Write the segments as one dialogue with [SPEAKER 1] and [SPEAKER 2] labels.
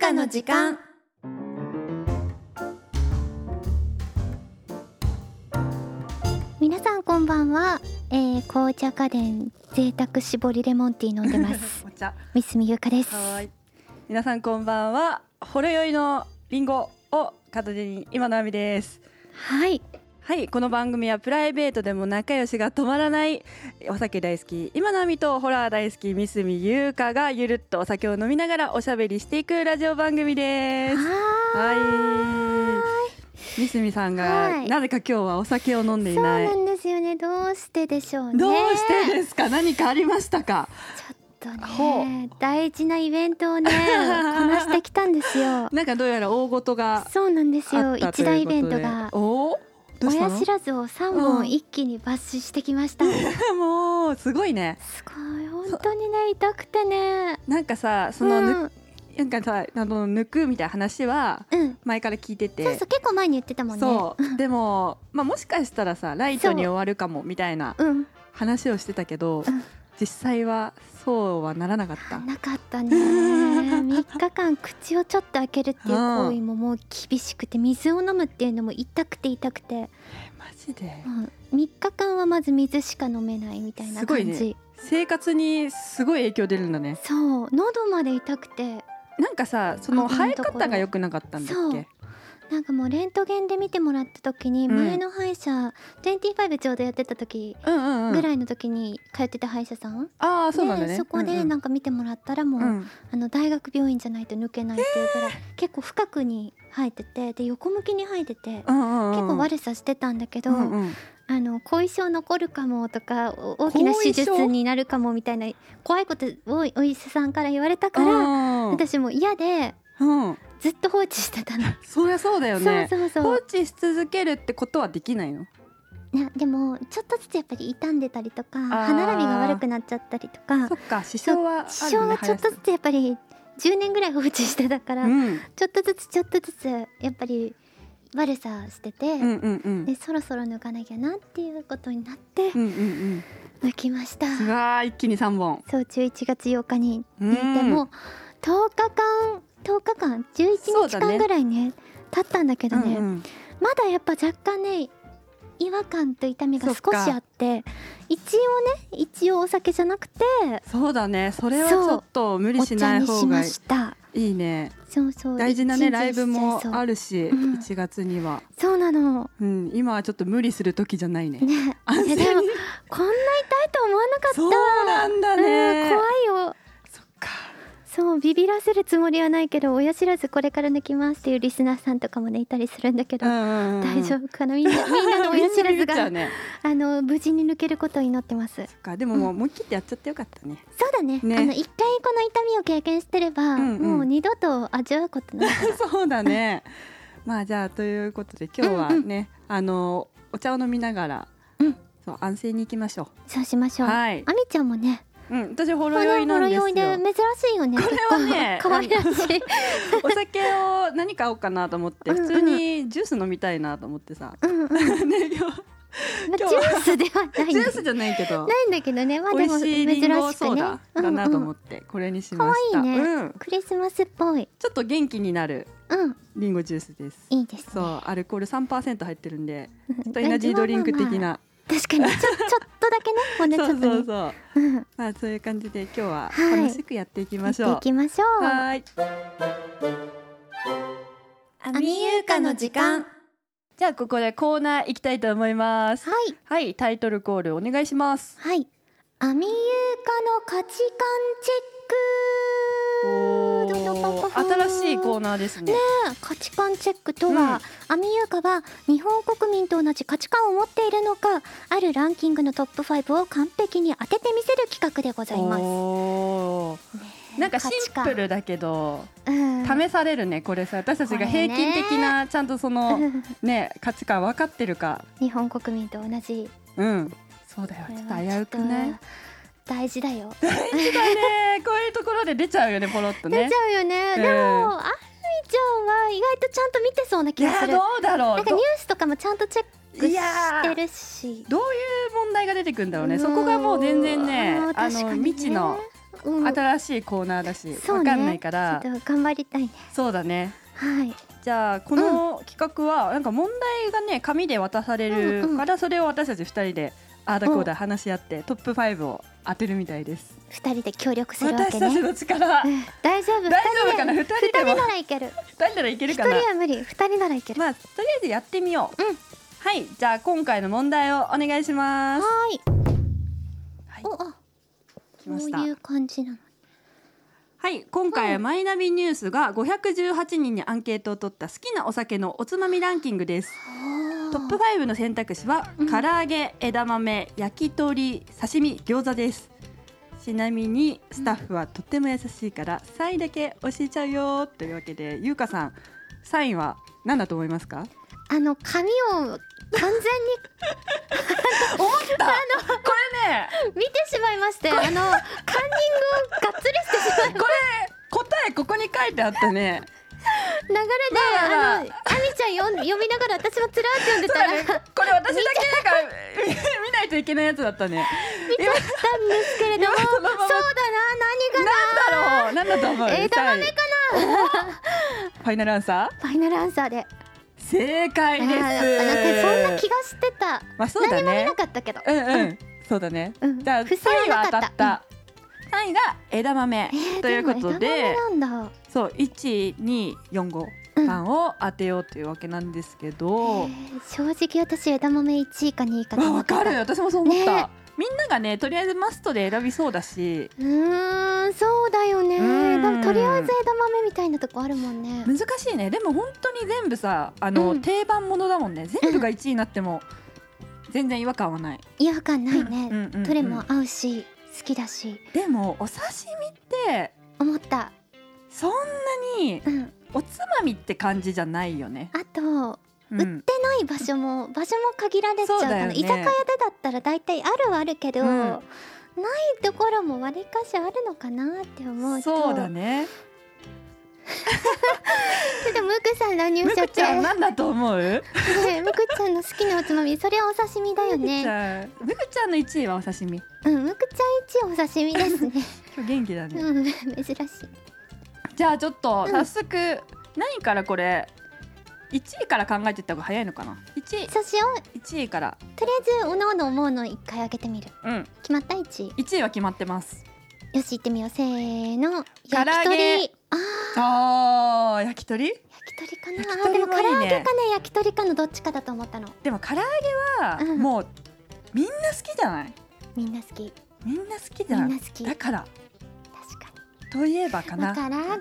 [SPEAKER 1] たの時間
[SPEAKER 2] 皆さんこんばんは、えー、紅茶家電贅沢絞りレモンティー飲んでます
[SPEAKER 1] お茶
[SPEAKER 2] 三住優香です
[SPEAKER 1] はーい皆さんこんばんはほろ酔いのリンゴを片手に今のあみです
[SPEAKER 2] はい
[SPEAKER 1] はいこの番組はプライベートでも仲良しが止まらないお酒大好き今のあみとホラー大好き三住優香がゆるっとお酒を飲みながらおしゃべりしていくラジオ番組です
[SPEAKER 2] は
[SPEAKER 1] はい三住さん
[SPEAKER 2] は
[SPEAKER 1] が
[SPEAKER 2] い
[SPEAKER 1] なぜか今日はお酒を飲ん
[SPEAKER 2] ー
[SPEAKER 1] で
[SPEAKER 2] い
[SPEAKER 1] い
[SPEAKER 2] そう
[SPEAKER 1] ない
[SPEAKER 2] なんですよねどうしてでしょうね
[SPEAKER 1] どうしてですか何かありましたか
[SPEAKER 2] ちょっと
[SPEAKER 1] ほ
[SPEAKER 2] ね大事なイベン トをねこなしてきたんですよ
[SPEAKER 1] なんかどうやら大事が
[SPEAKER 2] そうなんです
[SPEAKER 1] あ
[SPEAKER 2] よ
[SPEAKER 1] った
[SPEAKER 2] 一
[SPEAKER 1] という
[SPEAKER 2] 大イ
[SPEAKER 1] ことで
[SPEAKER 2] ベントが
[SPEAKER 1] おおどうした
[SPEAKER 2] 親
[SPEAKER 1] の
[SPEAKER 2] 知らずを三
[SPEAKER 1] う
[SPEAKER 2] 本
[SPEAKER 1] ん
[SPEAKER 2] 一気に抜歯してきました、
[SPEAKER 1] もうすごいね
[SPEAKER 2] すごい本当にね痛くてね
[SPEAKER 1] なんかさその、
[SPEAKER 2] う
[SPEAKER 1] ぬ
[SPEAKER 2] ん、
[SPEAKER 1] なんかさあの抜くみたいな話は
[SPEAKER 2] うん
[SPEAKER 1] 前から聞いてて
[SPEAKER 2] そうそう結構前に言ってたもんね
[SPEAKER 1] そう でも、まあ、もしかしたらさライトに
[SPEAKER 2] そう
[SPEAKER 1] 終わるかもみたいな
[SPEAKER 2] うん
[SPEAKER 1] 話をしてたけど、
[SPEAKER 2] うん
[SPEAKER 1] 実際はそうはならなかった
[SPEAKER 2] なかったね3日間口をちょっと開けるっていう行為ももう厳しくて水を飲むっていうのも痛くて痛くて、
[SPEAKER 1] マジで
[SPEAKER 2] うん、3日間はまず水しか飲めないみたいな
[SPEAKER 1] すごい
[SPEAKER 2] 感
[SPEAKER 1] ね
[SPEAKER 2] じ、
[SPEAKER 1] 生活にすごい影響出るんだね
[SPEAKER 2] そう喉まで痛くて
[SPEAKER 1] なんかさその
[SPEAKER 2] あ
[SPEAKER 1] 生え
[SPEAKER 2] ほんとこれ
[SPEAKER 1] 方が良くなかったんだっけ
[SPEAKER 2] なんかもうレントゲンで見てもらった時に
[SPEAKER 1] うん
[SPEAKER 2] 前の歯医者、25ちょうどやってた時
[SPEAKER 1] うんうんう
[SPEAKER 2] ぐ
[SPEAKER 1] ん
[SPEAKER 2] らいの時に通ってた歯医者さん、
[SPEAKER 1] ああそうなんだね
[SPEAKER 2] でそこでなんか見てもらったらもう、
[SPEAKER 1] うんうん
[SPEAKER 2] あの大学病院じゃないと抜けないっていうぐらい、結構深くに生えててで横向きに生えてて。
[SPEAKER 1] うんうんうん
[SPEAKER 2] 結構悪さしてたんだけど、
[SPEAKER 1] うんうん
[SPEAKER 2] あの後遺症残るかもとかお大きな手術になるかもみたいな怖いことをお医者さんから言われたから
[SPEAKER 1] うん
[SPEAKER 2] 私もう嫌で
[SPEAKER 1] うん、
[SPEAKER 2] ずっと放置してたの、
[SPEAKER 1] そりゃそうだよね
[SPEAKER 2] そうそうそう
[SPEAKER 1] 放置し続けるってことはできないの
[SPEAKER 2] いやでもちょっとずつやっぱり傷んでたりとか
[SPEAKER 1] ー
[SPEAKER 2] 歯並びが悪くなっちゃったりとか
[SPEAKER 1] そっか支障はあるね
[SPEAKER 2] 支障がちょっとずつやっぱり10年ぐらい放置してたから、
[SPEAKER 1] 林
[SPEAKER 2] ちょっとずつちょっとずつやっぱり悪さしてて、
[SPEAKER 1] うん、うんうんうん
[SPEAKER 2] でそろそろ抜かなきゃなっていうことになって
[SPEAKER 1] うんうん
[SPEAKER 2] 抜きました。
[SPEAKER 1] うんうわー一気に三本
[SPEAKER 2] そう11月8日に
[SPEAKER 1] うん
[SPEAKER 2] ねでも10日間10日間11日
[SPEAKER 1] そうだ
[SPEAKER 2] 間
[SPEAKER 1] ね
[SPEAKER 2] ぐらいね経ったんだけどね、
[SPEAKER 1] うんうん
[SPEAKER 2] まだやっぱ若干ね違和感と痛みが少しあって一応ね一応お酒じゃなくて
[SPEAKER 1] そうだねそれはち
[SPEAKER 2] そう
[SPEAKER 1] ょっと無理
[SPEAKER 2] お
[SPEAKER 1] しな
[SPEAKER 2] 茶
[SPEAKER 1] い
[SPEAKER 2] にし
[SPEAKER 1] 方
[SPEAKER 2] ま
[SPEAKER 1] がい
[SPEAKER 2] した
[SPEAKER 1] いね
[SPEAKER 2] そうそう
[SPEAKER 1] 大事なね
[SPEAKER 2] 一日
[SPEAKER 1] ライブも
[SPEAKER 2] そう
[SPEAKER 1] あるし
[SPEAKER 2] うん
[SPEAKER 1] 1月には、
[SPEAKER 2] そうなの
[SPEAKER 1] うん、今はちょっと無理する時じゃないね
[SPEAKER 2] ね
[SPEAKER 1] 安
[SPEAKER 2] い
[SPEAKER 1] 静に
[SPEAKER 2] やでもこんな痛いと思わなかった
[SPEAKER 1] そうなんだね
[SPEAKER 2] うん怖いよ
[SPEAKER 1] そっか
[SPEAKER 2] そうビビらせるつもりはないけど親知らずこれから抜きますっていうリスナーさんとかもねいたりするんだけど、大
[SPEAKER 1] 大
[SPEAKER 2] 丈夫かなみんな みんなの親知らずが、
[SPEAKER 1] ね、
[SPEAKER 2] あの無事に抜けることを祈ってます
[SPEAKER 1] そっかでももう思い切ってやっちゃってよかったね、
[SPEAKER 2] そうだね
[SPEAKER 1] ね
[SPEAKER 2] あの一回この痛みを経験してれば、
[SPEAKER 1] うんうん
[SPEAKER 2] もう二度と味わうことないから
[SPEAKER 1] そうだね。まあじゃあということで今日はね、あのお茶を飲みながら、
[SPEAKER 2] うん
[SPEAKER 1] そう安静に行きましょ
[SPEAKER 2] そうしまし
[SPEAKER 1] う。
[SPEAKER 2] ょうあ
[SPEAKER 1] はい。
[SPEAKER 2] みちゃんもね
[SPEAKER 1] うん、私ほ
[SPEAKER 2] こ
[SPEAKER 1] ろ酔いなんですよ。
[SPEAKER 2] で珍しいよね
[SPEAKER 1] これはね
[SPEAKER 2] 結構可愛らしい
[SPEAKER 1] お酒を何買おうかなと思って、
[SPEAKER 2] うんうん
[SPEAKER 1] 普通にジュース飲みたいなと思って さ。
[SPEAKER 2] うんうん、まあ、ジ
[SPEAKER 1] ね今日
[SPEAKER 2] ュ
[SPEAKER 1] 今日は
[SPEAKER 2] ースではないん
[SPEAKER 1] ジュ
[SPEAKER 2] だ
[SPEAKER 1] ースじゃないけど、
[SPEAKER 2] ないんだけどねまあで
[SPEAKER 1] 美
[SPEAKER 2] も
[SPEAKER 1] 味
[SPEAKER 2] 珍
[SPEAKER 1] しいリ
[SPEAKER 2] し
[SPEAKER 1] ンゴソ
[SPEAKER 2] く
[SPEAKER 1] ー
[SPEAKER 2] ね
[SPEAKER 1] ダだなと
[SPEAKER 2] うんう
[SPEAKER 1] 思
[SPEAKER 2] ん、
[SPEAKER 1] ってこれにしました。
[SPEAKER 2] 可愛いね
[SPEAKER 1] うん、
[SPEAKER 2] クリスマスっぽい
[SPEAKER 1] ちょっと元気になる
[SPEAKER 2] うん
[SPEAKER 1] リンゴジュースです。
[SPEAKER 2] いいですね
[SPEAKER 1] そうアルコール3%入ってるんで、 ちょっと
[SPEAKER 2] うん
[SPEAKER 1] エナジードリンク的
[SPEAKER 2] まあまあまあ
[SPEAKER 1] な。
[SPEAKER 2] 確かにちょちょっとだけねもうねちょ
[SPEAKER 1] そ
[SPEAKER 2] っ
[SPEAKER 1] う
[SPEAKER 2] と
[SPEAKER 1] そ
[SPEAKER 2] ね
[SPEAKER 1] うそう。
[SPEAKER 2] うん
[SPEAKER 1] まあそういう感じで今日は
[SPEAKER 2] はい
[SPEAKER 1] 楽しくやっていきましょう。
[SPEAKER 2] やっていきましょう
[SPEAKER 1] はーい。ア
[SPEAKER 2] ミユーカの時間。
[SPEAKER 1] じゃあここでコーナー行きたいと思います。
[SPEAKER 2] はい
[SPEAKER 1] はい、タイトルコールお願いします。
[SPEAKER 2] はい。アミユーカの価値観チェ
[SPEAKER 1] お
[SPEAKER 2] どんどんパンパンパン
[SPEAKER 1] ー新しいコーナーですね。
[SPEAKER 2] ック。価値観チェックとは、アミユーカは日本国民と同じ価値観を持っているのか、あるランキングのトップ5を完璧に当ててみせる企画でございます。
[SPEAKER 1] おーなんかシンプルだけど
[SPEAKER 2] うん。
[SPEAKER 1] 試されるねこれさ私たちが平均的なちゃんとそ の
[SPEAKER 2] うん
[SPEAKER 1] ね価値観分かってるか
[SPEAKER 2] 日本国民と同じ。
[SPEAKER 1] うんそうだよちょっと危うくない
[SPEAKER 2] 大事だよ。
[SPEAKER 1] そうだねこういうところで出ちゃうよねポロッと
[SPEAKER 2] 出
[SPEAKER 1] ね
[SPEAKER 2] ちゃうよね。
[SPEAKER 1] うん
[SPEAKER 2] でも、アミちゃんは意外とちゃんと見てそうな気
[SPEAKER 1] い
[SPEAKER 2] が
[SPEAKER 1] や
[SPEAKER 2] す
[SPEAKER 1] ー
[SPEAKER 2] る。
[SPEAKER 1] ど
[SPEAKER 2] なん
[SPEAKER 1] うだろう
[SPEAKER 2] かニュースとかもちゃんとチェック
[SPEAKER 1] いや
[SPEAKER 2] し
[SPEAKER 1] ー
[SPEAKER 2] てるし。
[SPEAKER 1] どういう問題が出てくるんだろうねそこがもう全然ね
[SPEAKER 2] うん
[SPEAKER 1] あ
[SPEAKER 2] 確か
[SPEAKER 1] の
[SPEAKER 2] にね
[SPEAKER 1] 未知の
[SPEAKER 2] うん
[SPEAKER 1] 新しいコーナーだし、
[SPEAKER 2] そう
[SPEAKER 1] わ
[SPEAKER 2] ね
[SPEAKER 1] かんないから
[SPEAKER 2] ちょっと頑張りたいね
[SPEAKER 1] そうだね
[SPEAKER 2] はい
[SPEAKER 1] じゃあこの企画はなんか問題がね紙で渡され
[SPEAKER 2] うんう
[SPEAKER 1] る
[SPEAKER 2] ん
[SPEAKER 1] からそれを私たち二人であーだこう
[SPEAKER 2] お
[SPEAKER 1] だ話し合ってトップ5を当てるみたいです
[SPEAKER 2] 二人で協力するわけ
[SPEAKER 1] 私たち
[SPEAKER 2] ね
[SPEAKER 1] の力
[SPEAKER 2] う
[SPEAKER 1] 二
[SPEAKER 2] ん大丈夫二
[SPEAKER 1] 大丈夫かな
[SPEAKER 2] 人で
[SPEAKER 1] 二人でも
[SPEAKER 2] 二ならいける
[SPEAKER 1] 人ならいけ
[SPEAKER 2] 一
[SPEAKER 1] る
[SPEAKER 2] 人
[SPEAKER 1] かな
[SPEAKER 2] は無理二人ならいける
[SPEAKER 1] まあとりあえずやってみよう、
[SPEAKER 2] うん
[SPEAKER 1] はいじゃあ今回の問題をお願いしま
[SPEAKER 2] は
[SPEAKER 1] す
[SPEAKER 2] ーい
[SPEAKER 1] はい
[SPEAKER 2] おあ
[SPEAKER 1] 来
[SPEAKER 2] こ
[SPEAKER 1] ま
[SPEAKER 2] う
[SPEAKER 1] した
[SPEAKER 2] いう感じなの
[SPEAKER 1] はい今回
[SPEAKER 2] うん
[SPEAKER 1] マイナビニュースが518人にアンケートを取った好きなお酒のおつまみランキングですトップ5の選択肢は、
[SPEAKER 2] うん
[SPEAKER 1] 唐揚げ枝豆焼き鳥刺身餃子ですちなみにスタッフはとっても優しいから3位だけ教えちゃうよというわけで優香さん3位は何だと思いますか
[SPEAKER 2] あの髪を完
[SPEAKER 1] 思ったこれね
[SPEAKER 2] 全に見てしまいましてあのカンニングをがっつりしてしまいまし
[SPEAKER 1] これ答えここに書いてあったね
[SPEAKER 2] た流れで
[SPEAKER 1] まあ
[SPEAKER 2] あのあみちゃん読ん読みながら私もつらーって読んでたら見ちゃっ
[SPEAKER 1] これ私だけだから見見ないといけないやつだったね
[SPEAKER 2] たんですけれど
[SPEAKER 1] 今
[SPEAKER 2] もそ
[SPEAKER 1] そうの
[SPEAKER 2] だ
[SPEAKER 1] まま
[SPEAKER 2] な何
[SPEAKER 1] なんだろうな
[SPEAKER 2] が
[SPEAKER 1] んだと思う
[SPEAKER 2] 枝豆
[SPEAKER 1] かなファイナルアンサー
[SPEAKER 2] ファイナルアンサーで
[SPEAKER 1] 正解です
[SPEAKER 2] あーなんかそんな気がしてた、
[SPEAKER 1] まあそうだ
[SPEAKER 2] 何も見
[SPEAKER 1] ね
[SPEAKER 2] なかったけど
[SPEAKER 1] うんうんそうだね
[SPEAKER 2] うん
[SPEAKER 1] じゃあ3
[SPEAKER 2] 不正は
[SPEAKER 1] 位
[SPEAKER 2] な
[SPEAKER 1] は
[SPEAKER 2] か
[SPEAKER 1] 当たった3位が枝豆
[SPEAKER 2] えー
[SPEAKER 1] ということで
[SPEAKER 2] も枝豆なんだ
[SPEAKER 1] そう1245
[SPEAKER 2] うん
[SPEAKER 1] 番を当てようというわけなんですけど
[SPEAKER 2] 正直私枝豆1位か2位かと
[SPEAKER 1] わ
[SPEAKER 2] 思
[SPEAKER 1] わ
[SPEAKER 2] って
[SPEAKER 1] か
[SPEAKER 2] た
[SPEAKER 1] る私もそう思っ
[SPEAKER 2] ね
[SPEAKER 1] たみんながねとりあえずマストで選びそうだし
[SPEAKER 2] うーんそうだよね
[SPEAKER 1] うん
[SPEAKER 2] でもとりあえず枝豆みたいなとこあるもんね
[SPEAKER 1] 難しいねでも本当に全部さあの、
[SPEAKER 2] うん
[SPEAKER 1] 定番ものだもんね全部が1位になっても全然違和感はない、
[SPEAKER 2] 違和感ない
[SPEAKER 1] うん
[SPEAKER 2] ね
[SPEAKER 1] うんうん
[SPEAKER 2] どれも合うし好きだし
[SPEAKER 1] でもお刺身って
[SPEAKER 2] 思った
[SPEAKER 1] そんなに
[SPEAKER 2] うん
[SPEAKER 1] おつまみって感じじゃないよね、
[SPEAKER 2] あと
[SPEAKER 1] うん
[SPEAKER 2] 売ってない場所も場所も限られちゃ
[SPEAKER 1] そ
[SPEAKER 2] う
[SPEAKER 1] うだ
[SPEAKER 2] か
[SPEAKER 1] よ
[SPEAKER 2] ら
[SPEAKER 1] ね
[SPEAKER 2] 居酒屋でだったら大体あるはあるけど
[SPEAKER 1] うん
[SPEAKER 2] ないところもわりかしあるのかなって思うと
[SPEAKER 1] そうだね
[SPEAKER 2] ちょっとムクさん乱入
[SPEAKER 1] む
[SPEAKER 2] しちゃっ
[SPEAKER 1] く
[SPEAKER 2] て
[SPEAKER 1] ちゃん何だと思うむ
[SPEAKER 2] ねむくちゃんの好きなおつまみそれはお刺身だよ
[SPEAKER 1] くち
[SPEAKER 2] ね
[SPEAKER 1] ゃんむくちゃんの1位はお刺身
[SPEAKER 2] うんむくちゃん一お刺身ですね
[SPEAKER 1] 今日元気だね、
[SPEAKER 2] うん珍しい
[SPEAKER 1] じゃあちょっと
[SPEAKER 2] うん
[SPEAKER 1] 早速、何位からこれ1位から考えていった方が早いのかな1位
[SPEAKER 2] そうしよう
[SPEAKER 1] 1位から
[SPEAKER 2] とりあえずおのおの思うの一回開けてみる
[SPEAKER 1] うん
[SPEAKER 2] 決まった一位
[SPEAKER 1] 1位は決まってます
[SPEAKER 2] よし行ってみようせー
[SPEAKER 1] 唐
[SPEAKER 2] の焼き
[SPEAKER 1] 揚げ
[SPEAKER 2] 鳥あー
[SPEAKER 1] あー焼き鳥
[SPEAKER 2] 焼き鳥かな
[SPEAKER 1] 焼き
[SPEAKER 2] あーで
[SPEAKER 1] 鳥
[SPEAKER 2] も
[SPEAKER 1] もい
[SPEAKER 2] 唐
[SPEAKER 1] いね
[SPEAKER 2] 揚げかね焼き鳥かのどっちかだと思ったの
[SPEAKER 1] でも唐揚げは
[SPEAKER 2] うん
[SPEAKER 1] もう、みんな好きじゃない
[SPEAKER 2] みんな好き
[SPEAKER 1] みんな好きじ
[SPEAKER 2] み
[SPEAKER 1] ゃん
[SPEAKER 2] んな好き
[SPEAKER 1] だ
[SPEAKER 2] 確
[SPEAKER 1] から
[SPEAKER 2] か
[SPEAKER 1] といえばか
[SPEAKER 2] に、ま
[SPEAKER 1] な
[SPEAKER 2] あ、唐揚げかもやっ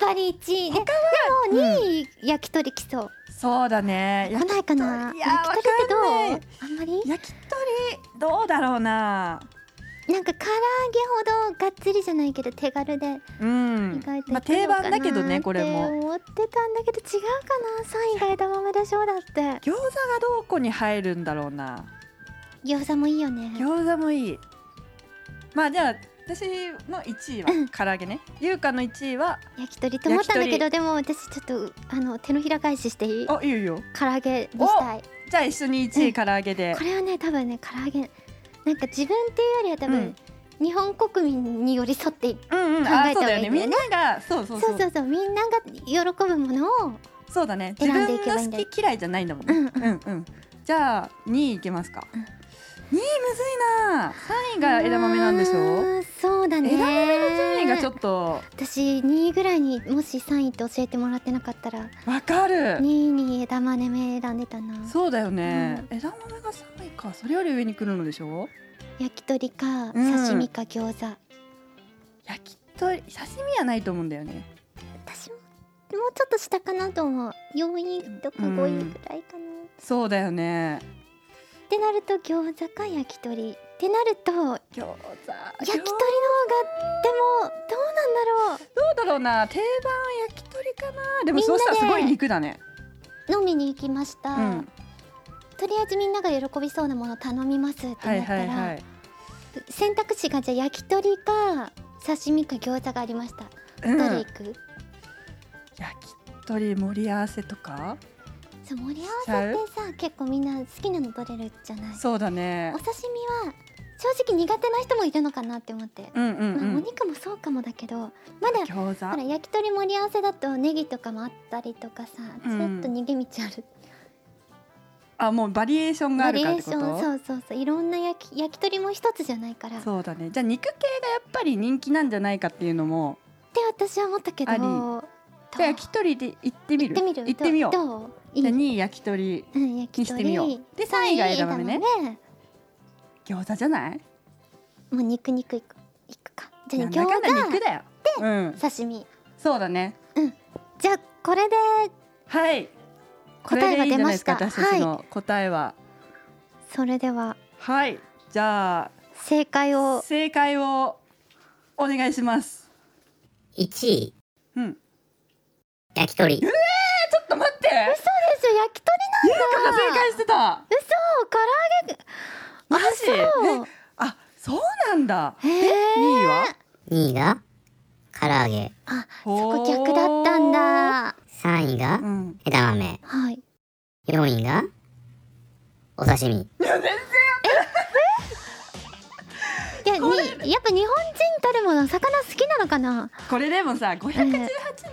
[SPEAKER 2] ぱり一位ででも二位焼き鳥来そう
[SPEAKER 1] そうだね
[SPEAKER 2] 来ないかない
[SPEAKER 1] や
[SPEAKER 2] 焼き鳥ってどう
[SPEAKER 1] わかんない
[SPEAKER 2] あんまり
[SPEAKER 1] 焼き鳥どうだろうな
[SPEAKER 2] なんか唐揚げほどがっつりじゃないけど手軽で
[SPEAKER 1] うん
[SPEAKER 2] 意外と
[SPEAKER 1] まあ
[SPEAKER 2] いけ
[SPEAKER 1] 定
[SPEAKER 2] るのかな
[SPEAKER 1] 番だけどねこれ
[SPEAKER 2] って
[SPEAKER 1] も
[SPEAKER 2] 思ってたんだけど違うかな三位が枝豆でしょだって
[SPEAKER 1] 餃子がどこに入るんだろうな
[SPEAKER 2] 餃子もいいよね
[SPEAKER 1] 餃子もいいまあじゃあ私の1位は
[SPEAKER 2] うん
[SPEAKER 1] 唐揚げね優香の1位は
[SPEAKER 2] 焼き鳥と思ったんだけ
[SPEAKER 1] 焼き
[SPEAKER 2] どでも私ちょっとあの手のひら返ししていい
[SPEAKER 1] あいいよいいよ
[SPEAKER 2] 唐揚げにしたい
[SPEAKER 1] じゃあ一緒に1
[SPEAKER 2] うん
[SPEAKER 1] 位唐揚げで
[SPEAKER 2] これはね多分ね唐揚げなんか自分っていうよりは多分、日本国民に寄り添っていく
[SPEAKER 1] うんうん
[SPEAKER 2] 考
[SPEAKER 1] あ
[SPEAKER 2] え
[SPEAKER 1] そう
[SPEAKER 2] た方
[SPEAKER 1] だ
[SPEAKER 2] が
[SPEAKER 1] よ
[SPEAKER 2] い
[SPEAKER 1] ね
[SPEAKER 2] いんだ
[SPEAKER 1] み
[SPEAKER 2] よ
[SPEAKER 1] ん
[SPEAKER 2] ね
[SPEAKER 1] ながそうそう
[SPEAKER 2] そ
[SPEAKER 1] そうう
[SPEAKER 2] そうそうみんなが喜ぶものを
[SPEAKER 1] そうだね自
[SPEAKER 2] 選ん
[SPEAKER 1] 分
[SPEAKER 2] でいけばいいん
[SPEAKER 1] の
[SPEAKER 2] だ
[SPEAKER 1] 好き嫌いじゃないんだもんね
[SPEAKER 2] うん
[SPEAKER 1] うんうんじゃあ2位いけますか
[SPEAKER 2] うん
[SPEAKER 1] 2位むずいな3位が枝豆なんでしょ
[SPEAKER 2] うーんそうだね
[SPEAKER 1] 枝豆の順位がちょっと
[SPEAKER 2] 私2位ぐらいにもし3位って教えてもらってなかったら
[SPEAKER 1] わかる
[SPEAKER 2] 2位に枝豆目選んでたな
[SPEAKER 1] そうだよね枝豆が3位かそれより上に来るのでしょ
[SPEAKER 2] 焼き鳥か
[SPEAKER 1] うん
[SPEAKER 2] 刺身か餃子、
[SPEAKER 1] 焼き鳥刺身はないと思うんだよね
[SPEAKER 2] 私ももうちょっと下かなと思う4位とか
[SPEAKER 1] うん
[SPEAKER 2] 5位ぐらいかな、っ
[SPEAKER 1] そうだよね
[SPEAKER 2] てなると餃子か焼き鳥ってなると
[SPEAKER 1] 餃子
[SPEAKER 2] 焼き鳥
[SPEAKER 1] ど
[SPEAKER 2] の方がでもどうなんだろ
[SPEAKER 1] うだろうな定番は焼き鳥かなでも
[SPEAKER 2] みんな
[SPEAKER 1] そう
[SPEAKER 2] で
[SPEAKER 1] したらすごい肉だね
[SPEAKER 2] う飲みに行きました、
[SPEAKER 1] うん
[SPEAKER 2] とりあえずみんなが喜びそうなもの頼みますってなった
[SPEAKER 1] は
[SPEAKER 2] ら、
[SPEAKER 1] いはいはい
[SPEAKER 2] 選択肢がじゃあ焼き鳥か刺身か餃子がありました
[SPEAKER 1] うん
[SPEAKER 2] どれ行く、
[SPEAKER 1] 焼き鳥盛り合わせとか
[SPEAKER 2] そう盛り合わせってさ結構みんな好きなの取れるじゃない
[SPEAKER 1] そうだね
[SPEAKER 2] お刺身は正直苦手な人もいるのかなって思って、
[SPEAKER 1] うんうん
[SPEAKER 2] まあ、
[SPEAKER 1] う
[SPEAKER 2] お
[SPEAKER 1] ん。
[SPEAKER 2] 肉もそうかもだけどまだ
[SPEAKER 1] 餃
[SPEAKER 2] ほら
[SPEAKER 1] 子。
[SPEAKER 2] 焼き鳥盛り合わせだとネギとかもあったりとかさ
[SPEAKER 1] う
[SPEAKER 2] ずっと
[SPEAKER 1] ん
[SPEAKER 2] 逃げ道ある、
[SPEAKER 1] あもうバリエーションがあ
[SPEAKER 2] バリ
[SPEAKER 1] る
[SPEAKER 2] エ
[SPEAKER 1] からって
[SPEAKER 2] ーシ
[SPEAKER 1] こ
[SPEAKER 2] ョン
[SPEAKER 1] と。
[SPEAKER 2] そうそうそういろんな焼き焼き鳥も一つじゃないからっ
[SPEAKER 1] そうだね。じゃあ肉系がやっぱり人気なんじゃないかっていうのも。
[SPEAKER 2] て私は思ったけど
[SPEAKER 1] あり
[SPEAKER 2] どう
[SPEAKER 1] じゃあ焼き鳥で行ってみ
[SPEAKER 2] 行
[SPEAKER 1] る。
[SPEAKER 2] ってみる
[SPEAKER 1] 行ってみよう。
[SPEAKER 2] どういい
[SPEAKER 1] じゃあ2位焼き鳥、
[SPEAKER 2] うん、焼
[SPEAKER 1] に
[SPEAKER 2] き
[SPEAKER 1] して
[SPEAKER 2] 鳥
[SPEAKER 1] みようで三位が枝豆ね
[SPEAKER 2] 三位枝
[SPEAKER 1] 餃子じゃない？
[SPEAKER 2] 豆もう肉肉いくいくかじゃあ
[SPEAKER 1] な
[SPEAKER 2] 餃
[SPEAKER 1] んだかんだ肉
[SPEAKER 2] 子
[SPEAKER 1] だよ。うん。
[SPEAKER 2] 刺身
[SPEAKER 1] そうだね。
[SPEAKER 2] じゃあこれで
[SPEAKER 1] はい。こ
[SPEAKER 2] 答
[SPEAKER 1] れ
[SPEAKER 2] え
[SPEAKER 1] で
[SPEAKER 2] が
[SPEAKER 1] いいんじ
[SPEAKER 2] 出
[SPEAKER 1] ゃない
[SPEAKER 2] ま
[SPEAKER 1] で
[SPEAKER 2] し
[SPEAKER 1] すか
[SPEAKER 2] た
[SPEAKER 1] 私たちの答えは。
[SPEAKER 2] それでは
[SPEAKER 1] はい。じゃ
[SPEAKER 2] 正解
[SPEAKER 1] あ
[SPEAKER 2] を
[SPEAKER 1] 正解をお願いします。
[SPEAKER 3] 1位
[SPEAKER 1] うん。ち
[SPEAKER 3] 焼き鳥
[SPEAKER 1] ょっと待って。
[SPEAKER 2] そうですよ焼き鳥なんだ
[SPEAKER 1] が正解してた。マジ？
[SPEAKER 2] 嘘唐揚げ
[SPEAKER 1] えあ、そうなんだ。
[SPEAKER 2] そうへえ
[SPEAKER 1] 2位は？
[SPEAKER 3] 2位が唐揚げ
[SPEAKER 2] あそ
[SPEAKER 1] ほー
[SPEAKER 2] こ逆だったんだ
[SPEAKER 3] 3位が
[SPEAKER 1] うん。
[SPEAKER 3] 枝豆
[SPEAKER 2] はい
[SPEAKER 3] 4位がお刺身
[SPEAKER 2] いやにやっぱ日本人たるもの魚好きなのかな
[SPEAKER 1] これでもさ、518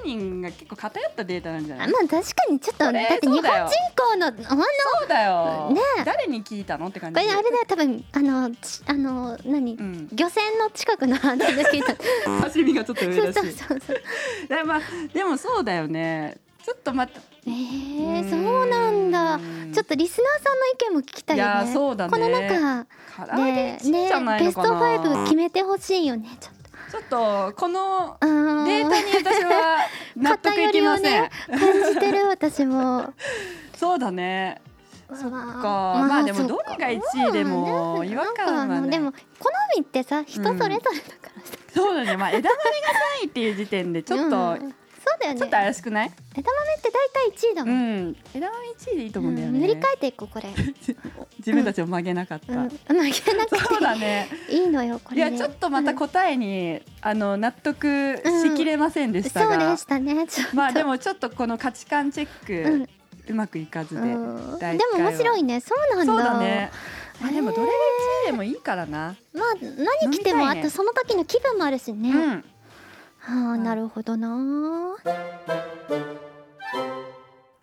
[SPEAKER 1] 人が結構偏ったデータなんじゃ
[SPEAKER 2] あま
[SPEAKER 1] な
[SPEAKER 2] あ
[SPEAKER 1] い？
[SPEAKER 2] 確かにちょっ
[SPEAKER 1] こ
[SPEAKER 2] とだっ
[SPEAKER 1] れ
[SPEAKER 2] て
[SPEAKER 1] そう
[SPEAKER 2] 日本
[SPEAKER 1] だよ
[SPEAKER 2] 人口のほんの
[SPEAKER 1] そうだよ。
[SPEAKER 2] ね
[SPEAKER 1] 誰に聞いたのって感
[SPEAKER 2] こ
[SPEAKER 1] じ。
[SPEAKER 2] れあれだよ多分あのちあの何、
[SPEAKER 1] うん。
[SPEAKER 2] 漁船の近くの話で聞 いた
[SPEAKER 1] 刺身がちょっと
[SPEAKER 2] そ
[SPEAKER 1] 上だ
[SPEAKER 2] うそう
[SPEAKER 1] し。
[SPEAKER 2] そうそう
[SPEAKER 1] でまあでもそうだよね。ちょっと待って。
[SPEAKER 2] えー、そうなんだちょ
[SPEAKER 1] と
[SPEAKER 2] っとリスナーさんの意見も聞きたいよね
[SPEAKER 1] いやーそうだね
[SPEAKER 2] この中
[SPEAKER 1] 唐揚げ1位じゃない
[SPEAKER 2] ベ
[SPEAKER 1] の
[SPEAKER 2] スト
[SPEAKER 1] かな。
[SPEAKER 2] 5決めてほしいよねちょっと
[SPEAKER 1] ちょっとこの
[SPEAKER 2] あー
[SPEAKER 1] データに私は納得いきません。
[SPEAKER 2] 感じてる 私も
[SPEAKER 1] そうだね。
[SPEAKER 2] そっか
[SPEAKER 1] かまあでもどれが1位でも違和感はね
[SPEAKER 2] でも好みってさ人それぞれだからさ、
[SPEAKER 1] そうだね。まあ枝豆がないっていう時点でちょっと、
[SPEAKER 2] うんそうだよね
[SPEAKER 1] ちょっと怪しくない？
[SPEAKER 2] 枝豆って大体1位だ
[SPEAKER 1] う
[SPEAKER 2] もん、
[SPEAKER 1] ん。枝豆1位でいいと思うんだよ
[SPEAKER 2] うん
[SPEAKER 1] ね。
[SPEAKER 2] 塗り替えていこうこれ、う
[SPEAKER 1] 自分たちを曲げなかった。
[SPEAKER 2] ん、曲げなく
[SPEAKER 1] そうだ
[SPEAKER 2] て
[SPEAKER 1] ね。
[SPEAKER 2] いいのよこ
[SPEAKER 1] い
[SPEAKER 2] れ
[SPEAKER 1] や
[SPEAKER 2] で
[SPEAKER 1] ちょっとまた
[SPEAKER 2] うん
[SPEAKER 1] 答えに、あの納得しきれませんでした
[SPEAKER 2] そう
[SPEAKER 1] が、
[SPEAKER 2] でしたねちょっと
[SPEAKER 1] まあでもちょっとこの価値観チェック、う
[SPEAKER 2] うん
[SPEAKER 1] まくいかずで、
[SPEAKER 2] うんで
[SPEAKER 1] 第一
[SPEAKER 2] も面白いねそうなんだ
[SPEAKER 1] そうだね。まあでもどれが
[SPEAKER 2] え
[SPEAKER 1] 1位でもいいからな。
[SPEAKER 2] ーまあ何着て
[SPEAKER 1] 飲み
[SPEAKER 2] も
[SPEAKER 1] た
[SPEAKER 2] あ
[SPEAKER 1] いね
[SPEAKER 2] とその時の気分もあるしね、
[SPEAKER 1] うん。
[SPEAKER 2] はあなるほどな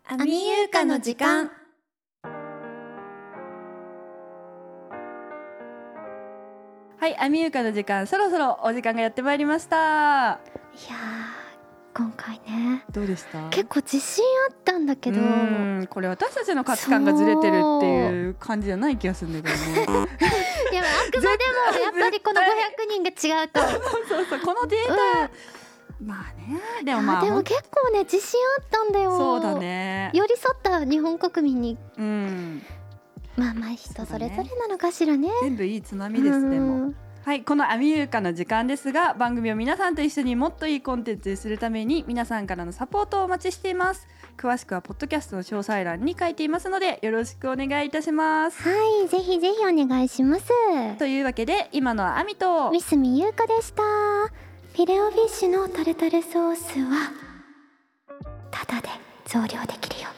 [SPEAKER 1] ア
[SPEAKER 2] ミユーカの時間。
[SPEAKER 1] はい、アミユーカの時間、そろそろお時間がやってまいりました。
[SPEAKER 2] いやー今回ね
[SPEAKER 1] どうでした？
[SPEAKER 2] 結構自信あったんだけど
[SPEAKER 1] う
[SPEAKER 2] い
[SPEAKER 1] んこれ私たちの価値観がずれてるっていう感じじゃない気がするんだけどね。
[SPEAKER 2] やあくまでもやっぱりこの
[SPEAKER 1] 絶
[SPEAKER 2] 500人が違うと、
[SPEAKER 1] そうそうこのデータ、
[SPEAKER 2] う
[SPEAKER 1] まあね、でも
[SPEAKER 2] ん、
[SPEAKER 1] まあ
[SPEAKER 2] あでも結構ね自信あったんだよ
[SPEAKER 1] そうだね。
[SPEAKER 2] 寄り添った日本国民に
[SPEAKER 1] うん、
[SPEAKER 2] まあまあ人それぞれなのかしらね
[SPEAKER 1] 全部いいつまみですで
[SPEAKER 2] う
[SPEAKER 1] も。
[SPEAKER 2] ん
[SPEAKER 1] はい、このアミユーカの時間ですが、番組を皆さんと一緒にもっといいコンテンツにするために皆さんからのサポートをお待ちしています。詳しくはポッドキャストの詳細欄に書いていますので、よろしくお願いいたします。
[SPEAKER 2] はいぜひぜひお願いします
[SPEAKER 1] というわけで、今のはアミと
[SPEAKER 2] ミスミユウカでしたフィレオフィッシュのタルタルソースはタダで増量できるよ